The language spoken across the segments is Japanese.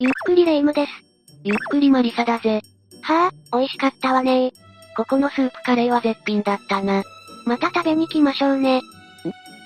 ゆっくりレ夢ムです。ゆっくりマリサだぜ。はぁ、美味しかったわねー。ここのスープカレーは絶品だったな。また食べに来ましょうね。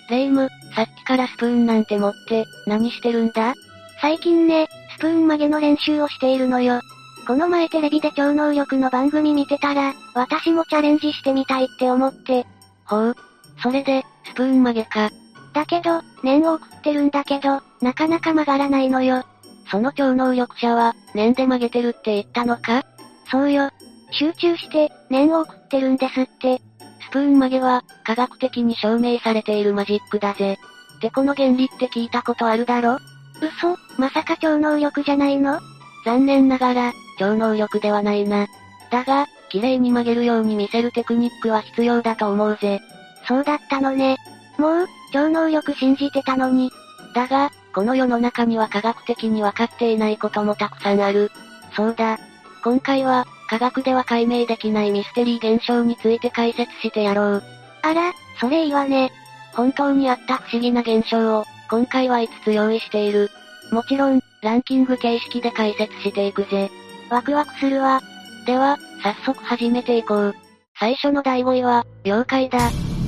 レ夢ム、さっきからスプーンなんて持って、何してるんだ最近ね、スプーン曲げの練習をしているのよ。この前テレビで超能力の番組見てたら、私もチャレンジしてみたいって思って。ほう。それで、スプーン曲げか。だけど、念を送ってるんだけど、なかなか曲がらないのよ。その超能力者は、念で曲げてるって言ったのかそうよ。集中して、念を送ってるんですって。スプーン曲げは、科学的に証明されているマジックだぜ。てこの原理って聞いたことあるだろ嘘、まさか超能力じゃないの残念ながら、超能力ではないな。だが、綺麗に曲げるように見せるテクニックは必要だと思うぜ。そうだったのね。もう、超能力信じてたのに。だが、この世の中には科学的に分かっていないこともたくさんある。そうだ。今回は、科学では解明できないミステリー現象について解説してやろう。あら、それいいわね。本当にあった不思議な現象を、今回は5つ用意している。もちろん、ランキング形式で解説していくぜ。ワクワクするわ。では、早速始めていこう。最初の第5位は、妖怪だ。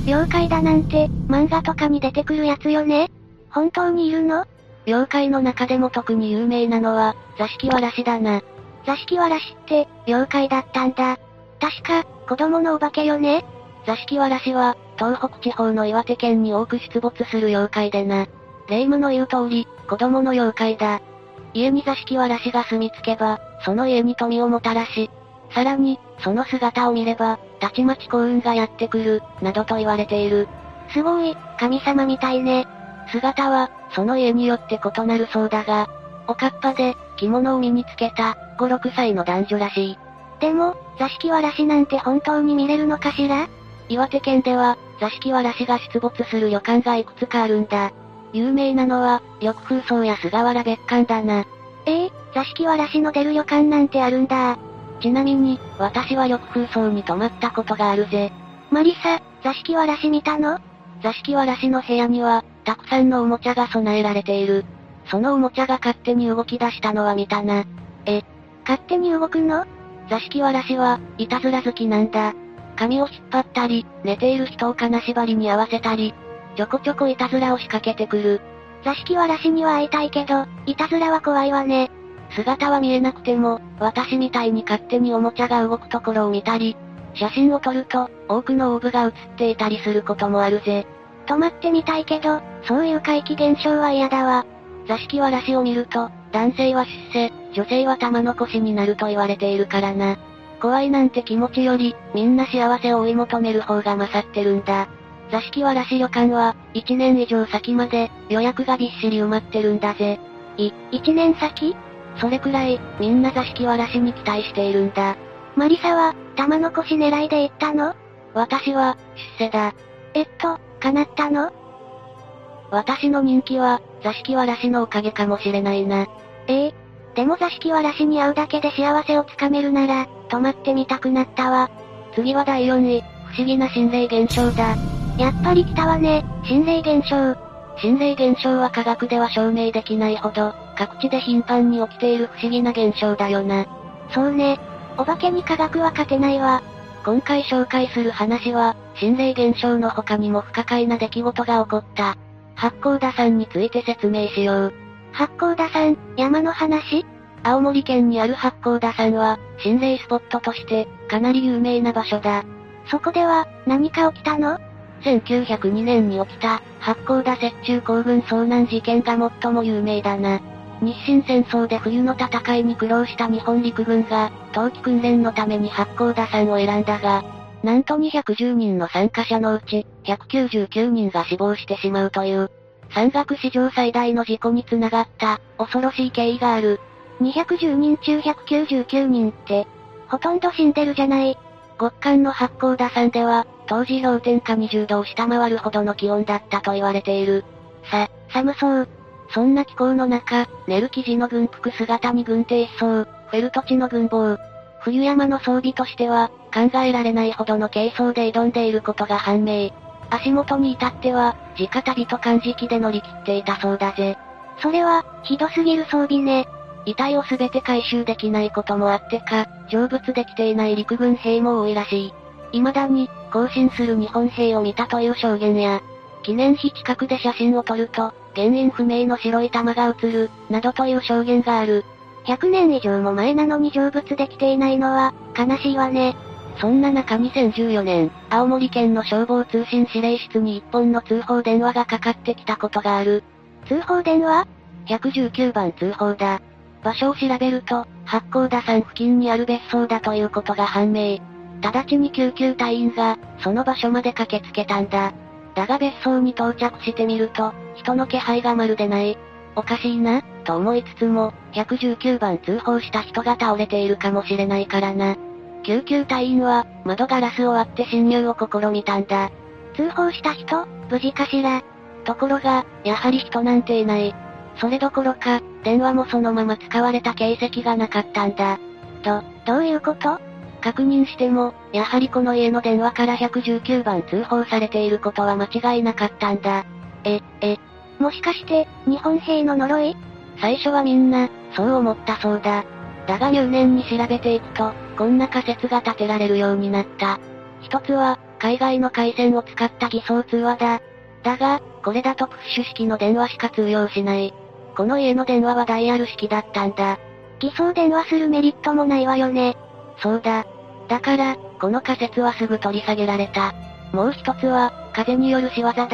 妖怪だなんて、漫画とかに出てくるやつよね本当にいるの妖怪の中でも特に有名なのは、座敷わらしだな。座敷わらしって、妖怪だったんだ。確か、子供のお化けよね座敷わらしは、東北地方の岩手県に多く出没する妖怪でな。霊夢の言う通り、子供の妖怪だ。家に座敷わらしが住み着けば、その家に富をもたらし、さらに、その姿を見れば、たちまち幸運がやってくる、などと言われている。すごい、神様みたいね。姿は、その家によって異なるそうだが、おかっぱで、着物を身につけた、5、6歳の男女らしい。でも、座敷わらしなんて本当に見れるのかしら岩手県では、座敷わらしが出没する旅館がいくつかあるんだ。有名なのは、緑風荘や菅原別館だな。ええ座敷わらしの出る旅館なんてあるんだ。ちなみに、私は緑風荘に泊まったことがあるぜ。マリサ、座敷わらし見たの座敷わらしの部屋には、たくさんのおもちゃが備えられている。そのおもちゃが勝手に動き出したのは見たな。勝手に動くの座敷わらしは、いたずら好きなんだ。髪を引っ張ったり、寝ている人を金縛りに合わせたり、ちょこちょこいたずらを仕掛けてくる。座敷わらしには会いたいけど、いたずらは怖いわね。姿は見えなくても、私みたいに勝手におもちゃが動くところを見たり、写真を撮ると、多くのオーブが写っていたりすることもあるぜ。泊まってみたいけど、そういう怪奇現象は嫌だわ。座敷わらしを見ると、男性は出世、女性は玉の腰になると言われているからな。怖いなんて気持ちより、みんな幸せを追い求める方が勝ってるんだ。座敷わらし旅館は、1年以上先まで、予約がびっしり埋まってるんだぜ。一年先それくらい、みんな座敷わらしに期待しているんだ。マリサは、玉の腰狙いで行ったの私は、出世だ。えっと、叶ったの私の人気は、座敷わらしのおかげかもしれないな。ええでも座敷わらしに会うだけで幸せをつかめるなら、泊まってみたくなったわ。次は第4位、不思議な心霊現象だ。やっぱり来たわね、心霊現象。心霊現象は科学では証明できないほど、各地で頻繁に起きている不思議な現象だよな。そうね。お化けに科学は勝てないわ。今回紹介する話は、心霊現象の他にも不可解な出来事が起こった。八甲田山について説明しよう。八甲田山、山の話青森県にある八甲田山は、心霊スポットとして、かなり有名な場所だ。そこでは、何か起きたの1902年に起きた、八甲田雪中行軍遭難事件が最も有名だな。日清戦争で冬の戦いに苦労した日本陸軍が、冬季訓練のために八甲田山を選んだが、なんと210人の参加者のうち、199人が死亡してしまうという、山岳史上最大の事故につながった、恐ろしい経緯がある。 210人中199人って、ほとんど死んでるじゃない。極寒の八甲田山では、当時氷点下20度を下回るほどの気温だったと言われている。さ、寒そう。そんな気候の中、寝る生地の軍服姿に軍艇一装、フェルト地の軍帽。冬山の装備としては、考えられないほどの軽装で挑んでいることが判明。足元に至っては、直旅と漢字機で乗り切っていたそうだぜ。それは、ひどすぎる装備ね。遺体を全て回収できないこともあってか、成仏できていない陸軍兵も多いらしい。未だに、行進する日本兵を見たという証言や、記念碑近くで写真を撮ると、原因不明の白い玉が映る、などという証言がある。 100年以上も前なのに成仏できていないのは、悲しいわね。そんな中2014年、青森県の消防通信指令室に一本の通報電話がかかってきたことがある。通報電話 ?119 番通報だ。場所を調べると、八甲田山付近にある別荘だということが判明。直ちに救急隊員が、その場所まで駆けつけたんだ。だが別荘に到着してみると、人の気配がまるでない。おかしいな、と思いつつも、119番通報した人が倒れているかもしれないからな。救急隊員は、窓ガラスを割って侵入を試みたんだ。通報した人、無事かしら。ところが、やはり人なんていない。それどころか、電話もそのまま使われた形跡がなかったんだ。ど、どういうこと確認しても、やはりこの家の電話から119番通報されていることは間違いなかったんだ。え、え。もしかして、日本兵の呪い最初はみんな、そう思ったそうだ。だが入念に調べていくと、こんな仮説が立てられるようになった。一つは、海外の回線を使った偽装通話だ。だが、これだとプッシュ式の電話しか通用しない。この家の電話はダイヤル式だったんだ。偽装電話するメリットもないわよね。そうだ。だから、この仮説はすぐ取り下げられた。もう一つは、風による仕業だ。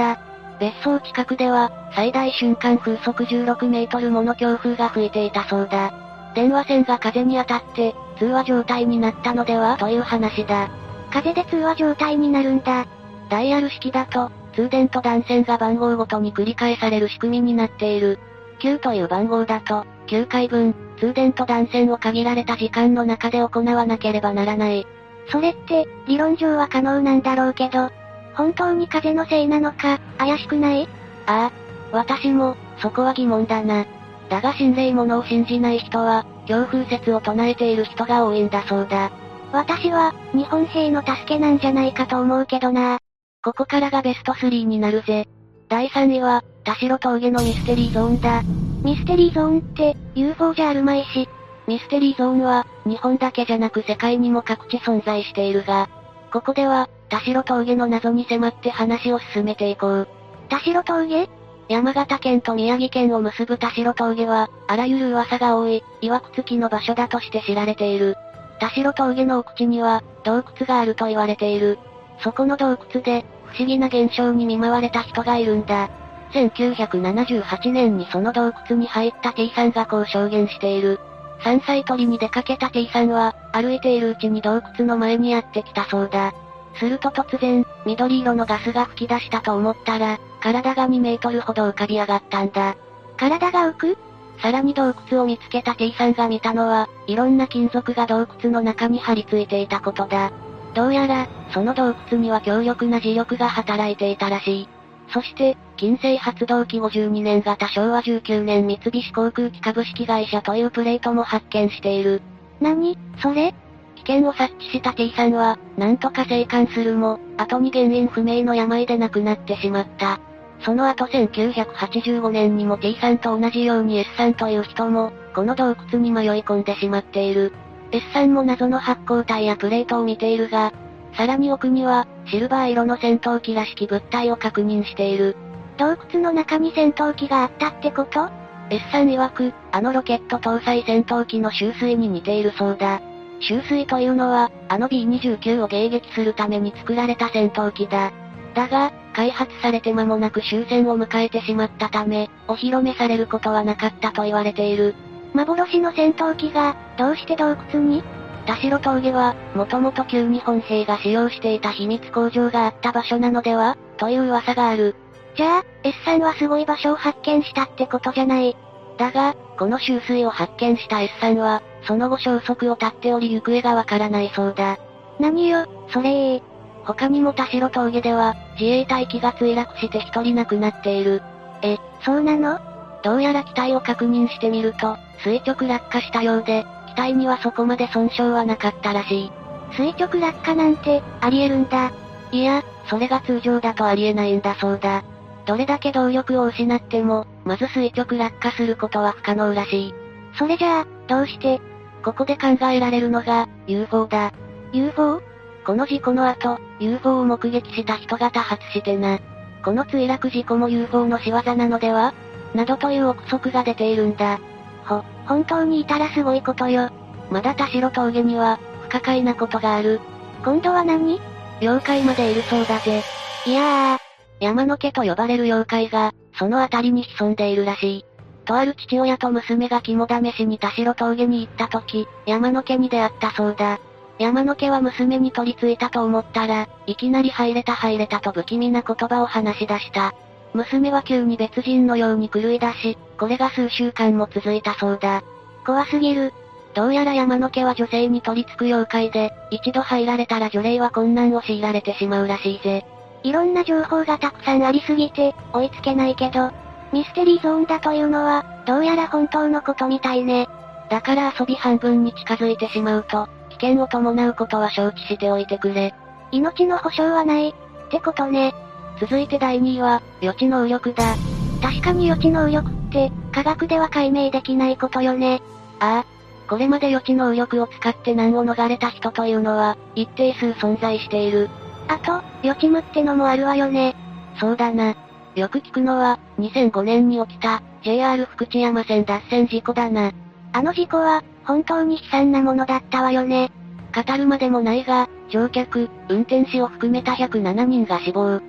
別荘近くでは、最大瞬間風速16メートルもの強風が吹いていたそうだ。電話線が風に当たって、通話状態になったのではという話だ。風で通話状態になるんだ。ダイヤル式だと、通電と断線が番号ごとに繰り返される仕組みになっている。9という番号だと、9回分、通電と断線を限られた時間の中で行わなければならない。それって、理論上は可能なんだろうけど、本当に風のせいなのか、怪しくないああ、私も、そこは疑問だな。だが心霊物を信じない人は、強風説を唱えている人が多いんだそうだ。私は、日本兵の助けなんじゃないかと思うけどな。ここからがベスト3になるぜ。第3位は、田代峠のミステリーゾーンだ。ミステリーゾーンって、UFO じゃあるまいし。ミステリーゾーンは、日本だけじゃなく世界にも各地存在しているが、ここでは、田代峠の謎に迫って話を進めていこう。田代峠山形県と宮城県を結ぶ田代峠は、あらゆる噂が多い、曰く付きの場所だとして知られている。田代峠の奥地には、洞窟があると言われている。そこの洞窟で、不思議な現象に見舞われた人がいるんだ。1978年にその洞窟に入った T さんがこう証言している。山菜採りに出かけた T さんは、歩いているうちに洞窟の前にやってきたそうだ。すると突然、緑色のガスが噴き出したと思ったら、体が2メートルほど浮かび上がったんだ。体が浮くさらに洞窟を見つけた T さんが見たのは、いろんな金属が洞窟の中に張り付いていたことだ。どうやら、その洞窟には強力な磁力が働いていたらしい。そして、金星発動機52年型昭和19年三菱航空機株式会社というプレートも発見している。何それ危険を察知した T さんは、なんとか生還するも、後に原因不明の病で亡くなってしまった。その後1985年にも T さんと同じように S さんという人も、この洞窟に迷い込んでしまっている。S さんも謎の発光体やプレートを見ているが、さらに奥には、シルバー色の戦闘機らしき物体を確認している。洞窟の中に戦闘機があったってこと ?S さん曰く、あのロケット搭載戦闘機の収水に似ているそうだ。収水というのは、あの B29 を迎撃するために作られた戦闘機だ。だが、開発されて間もなく終戦を迎えてしまったため、お披露目されることはなかったと言われている。幻の戦闘機が、どうして洞窟に田代峠は、もともと旧日本兵が使用していた秘密工場があった場所なのではという噂がある。じゃあ、S さんはすごい場所を発見したってことじゃない。だが、この収水を発見した S さんは、その後消息を絶っており行方がわからないそうだ。何よ、それいい。他にも田代峠では、自衛隊機が墜落して一人亡くなっている。え、そうなのどうやら機体を確認してみると、垂直落下したようで、機体にはそこまで損傷はなかったらしい。垂直落下なんて、ありえるんだ。いや、それが通常だとありえないんだそうだ。どれだけ動力を失っても、まず垂直落下することは不可能らしい。それじゃあ、どうしてここで考えられるのが、UFO だ。 ?UFO? この事故の後、UFO を目撃した人が多発してな。この墜落事故も UFO の仕業なのではなどという憶測が出ているんだ。本当にいたらすごいことよ。まだ田代峠には、不可解なことがある。今度は何妖怪までいるそうだぜ。いや山の家と呼ばれる妖怪が、その辺りに潜んでいるらしい。とある父親と娘が肝試しに田代峠に行った時、山の家に出会ったそうだ。山の家は娘に取り付いたと思ったら、いきなり入れた入れたと不気味な言葉を話し出した。娘は急に別人のように狂い出し、これが数週間も続いたそうだ。ー、怖すぎる。どうやら山の家は女性に取り付く妖怪で、一度入られたら除霊は困難を強いられてしまうらしいぜ。いろんな情報がたくさんありすぎて、追いつけないけど、ミステリーゾーンだというのは、どうやら本当のことみたいね。だから遊び半分に近づいてしまうと、危険を伴うことは承知しておいてくれ。命の保証はない。ってことね。続いて第2位は、予知能力だ。確かに予知能力って、科学では解明できないことよね。ああ。これまで予知能力を使って難を逃れた人というのは、一定数存在している。あと、予知夢ってのもあるわよね。そうだな。よく聞くのは、2005年に起きた、JR 福知山線脱線事故だな。あの事故は、本当に悲惨なものだったわよね。語るまでもないが、乗客、運転士を含めた107人が死亡、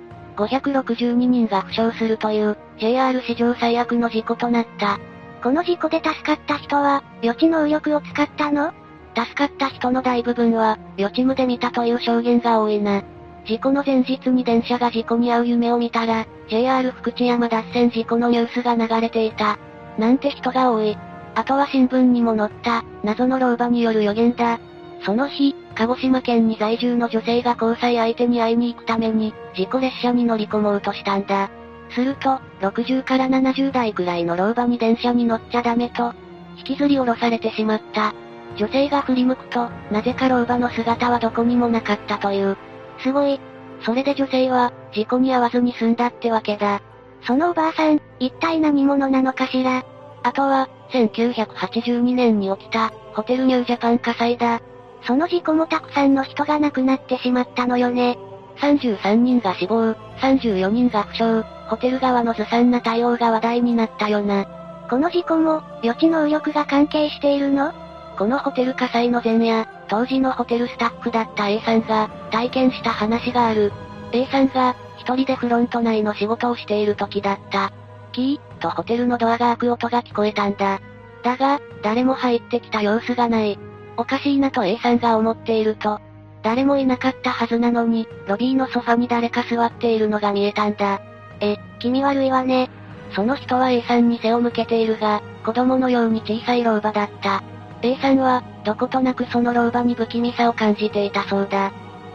562人が負傷するという、JR 史上最悪の事故となった。この事故で助かった人は、予知能力を使ったの助かった人の大部分は、予知夢で見たという証言が多いな。事故の前日に電車が事故に遭う夢を見たら、JR 福知山脱線事故のニュースが流れていた。なんて人が多い。あとは新聞にも載った、謎の老婆による予言だ。その日、鹿児島県に在住の女性が交際相手に会いに行くために、事故列車に乗り込もうとしたんだ。すると、60から70代くらいの老婆に電車に乗っちゃダメと、引きずり下ろされてしまった。女性が振り向くと、なぜか老婆の姿はどこにもなかったという。すごい。それで女性は、事故に遭わずに済んだってわけだ。そのおばあさん、一体何者なのかしら。あとは、1982年に起きた、ホテルニュージャパン火災だ。その事故もたくさんの人が亡くなってしまったのよね。 33人が死亡、34人が負傷、ホテル側のずさんな対応が話題になったよな。この事故も、予知能力が関係しているのこのホテル火災の前夜、当時のホテルスタッフだった A さんが、体験した話がある。A さんが、一人でフロント内の仕事をしている時だった。キー、とホテルのドアが開く音が聞こえたんだ。だが、誰も入ってきた様子がない。おかしいなと A さんが思っていると、誰もいなかったはずなのに、ロビーのソファに誰か座っているのが見えたんだ。え、気味悪いわね。その人は A さんに背を向けているが、子供のように小さい老婆だった。A さんは、どことなくその老婆に不気味さを感じていたそうだ。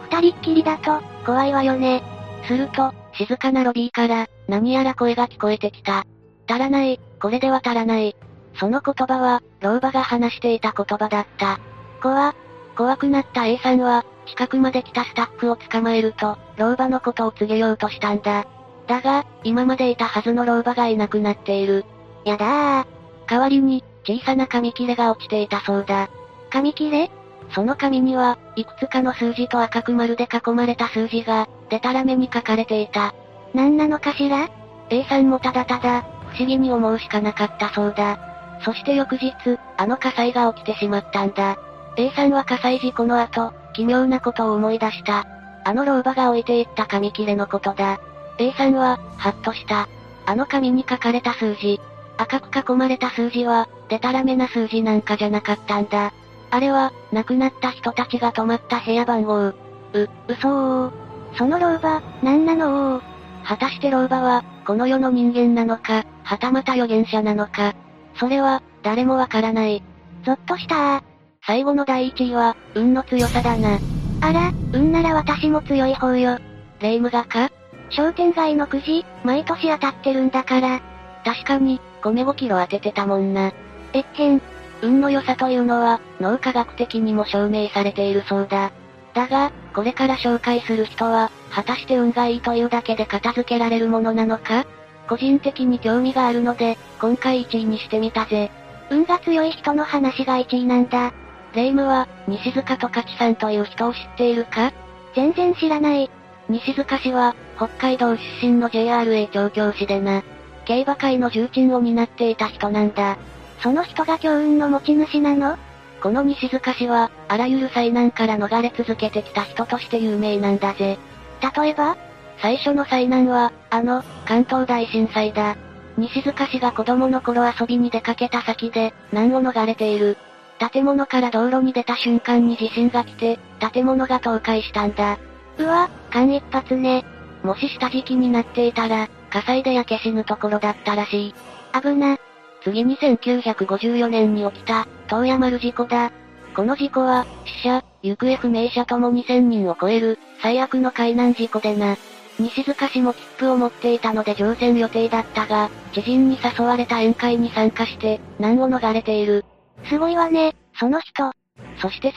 二人っきりだと、怖いわよね。すると、静かなロビーから、何やら声が聞こえてきた。足らない、これでは足らない。その言葉は、老婆が話していた言葉だった。怖、怖くなった A さんは、近くまで来たスタッフを捕まえると、老婆のことを告げようとしたんだ。だが、今までいたはずの老婆がいなくなっている。やだー。代わりに、小さな紙切れが落ちていたそうだ。紙切れその紙には、いくつかの数字と赤く丸で囲まれた数字が、でたらめに書かれていた。何なのかしら A さんもただただ、不思議に思うしかなかったそうだ。そして翌日、あの火災が起きてしまったんだ。A さんは火災事故の後、奇妙なことを思い出した。あの老婆が置いていった紙切れのことだ。A さんは、ハッとした。あの紙に書かれた数字。赤く囲まれた数字は、でたらめな数字なんかじゃなかったんだ。あれは、亡くなった人たちが泊まった部屋番号。う、嘘ー。その老婆、何なのおー。果たして老婆は、この世の人間なのか、はたまた預言者なのか。それは、誰もわからない。ゾッとしたー。最後の第1位は、運の強さだな。あら、運なら私も強い方よ。霊夢がか商店街のくじ、毎年当たってるんだから。確かに、米5キロ当ててたもんな。えっへん、運の良さというのは、脳科学的にも証明されているそうだ。だが、これから紹介する人は、果たして運がいいというだけで片付けられるものなのか個人的に興味があるので、今回1位にしてみたぜ。運が強い人の話が1位なんだ。霊夢は、西塚十勝さんという人を知っているか全然知らない。西塚氏は、北海道出身の JRA 調教師でな。競馬界の重鎮を担っていた人なんだ。その人が強運の持ち主なのこの西塚氏は、あらゆる災難から逃れ続けてきた人として有名なんだぜ。例えば最初の災難は、あの、関東大震災だ。西塚氏が子供の頃遊びに出かけた先で、難を逃れている。建物から道路に出た瞬間に地震が来て、建物が倒壊したんだ。うわ、間一髪ね。もし下敷きになっていたら、火災で焼け死ぬところだったらしい。危な。次に1954年に起きた、東山丸事故だ。この事故は、死者、行方不明者とも2000人を超える、最悪の海難事故でな。西塚氏も切符を持っていたので乗船予定だったが、知人に誘われた宴会に参加して、難を逃れている。すごいわね、その人。そして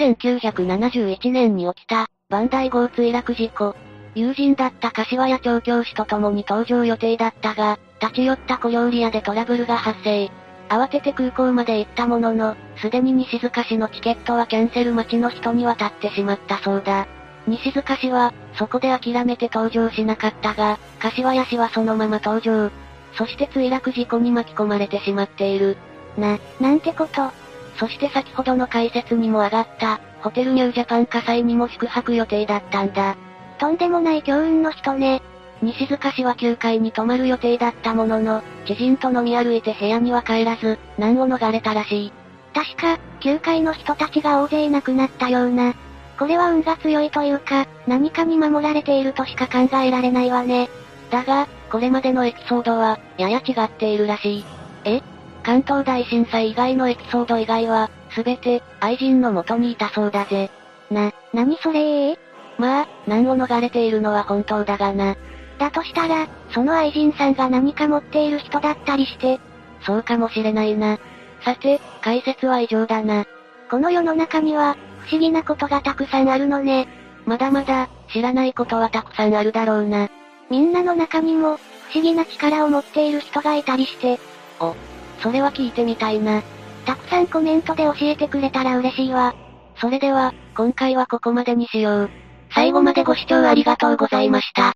1971年に起きた、バンダイ号墜落事故。友人だった柏谷調教師と共に搭乗予定だったが、立ち寄った小料理屋でトラブルが発生。慌てて空港まで行ったものの、すでに西塚市のチケットはキャンセル待ちの人に渡ってしまったそうだ。西塚市は、そこで諦めて搭乗しなかったが、柏谷市はそのまま搭乗。そして墜落事故に巻き込まれてしまっている。な、なんてこと。そして先ほどの解説にも上がった、ホテルニュージャパン火災にも宿泊予定だったんだ。とんでもない強運の人ね。西塚市は9階に泊まる予定だったものの、知人と飲み歩いて部屋には帰らず、難を逃れたらしい。確か、9階の人たちが大勢亡くなったような。これは運が強いというか、何かに守られているとしか考えられないわね。だが、これまでのエピソードは、やや違っているらしい。え関東大震災以外のエピソード以外は、すべて、愛人の元にいたそうだぜ。な、何それまあ、難を逃れているのは本当だがな。だとしたら、その愛人さんが何か持っている人だったりして。そうかもしれないな。さて、解説は以上だな。この世の中には、不思議なことがたくさんあるのね。まだまだ、知らないことはたくさんあるだろうな。みんなの中にも、不思議な力を持っている人がいたりして。お、それは聞いてみたいな。たくさんコメントで教えてくれたら嬉しいわ。それでは、今回はここまでにしよう。最後までご視聴ありがとうございました。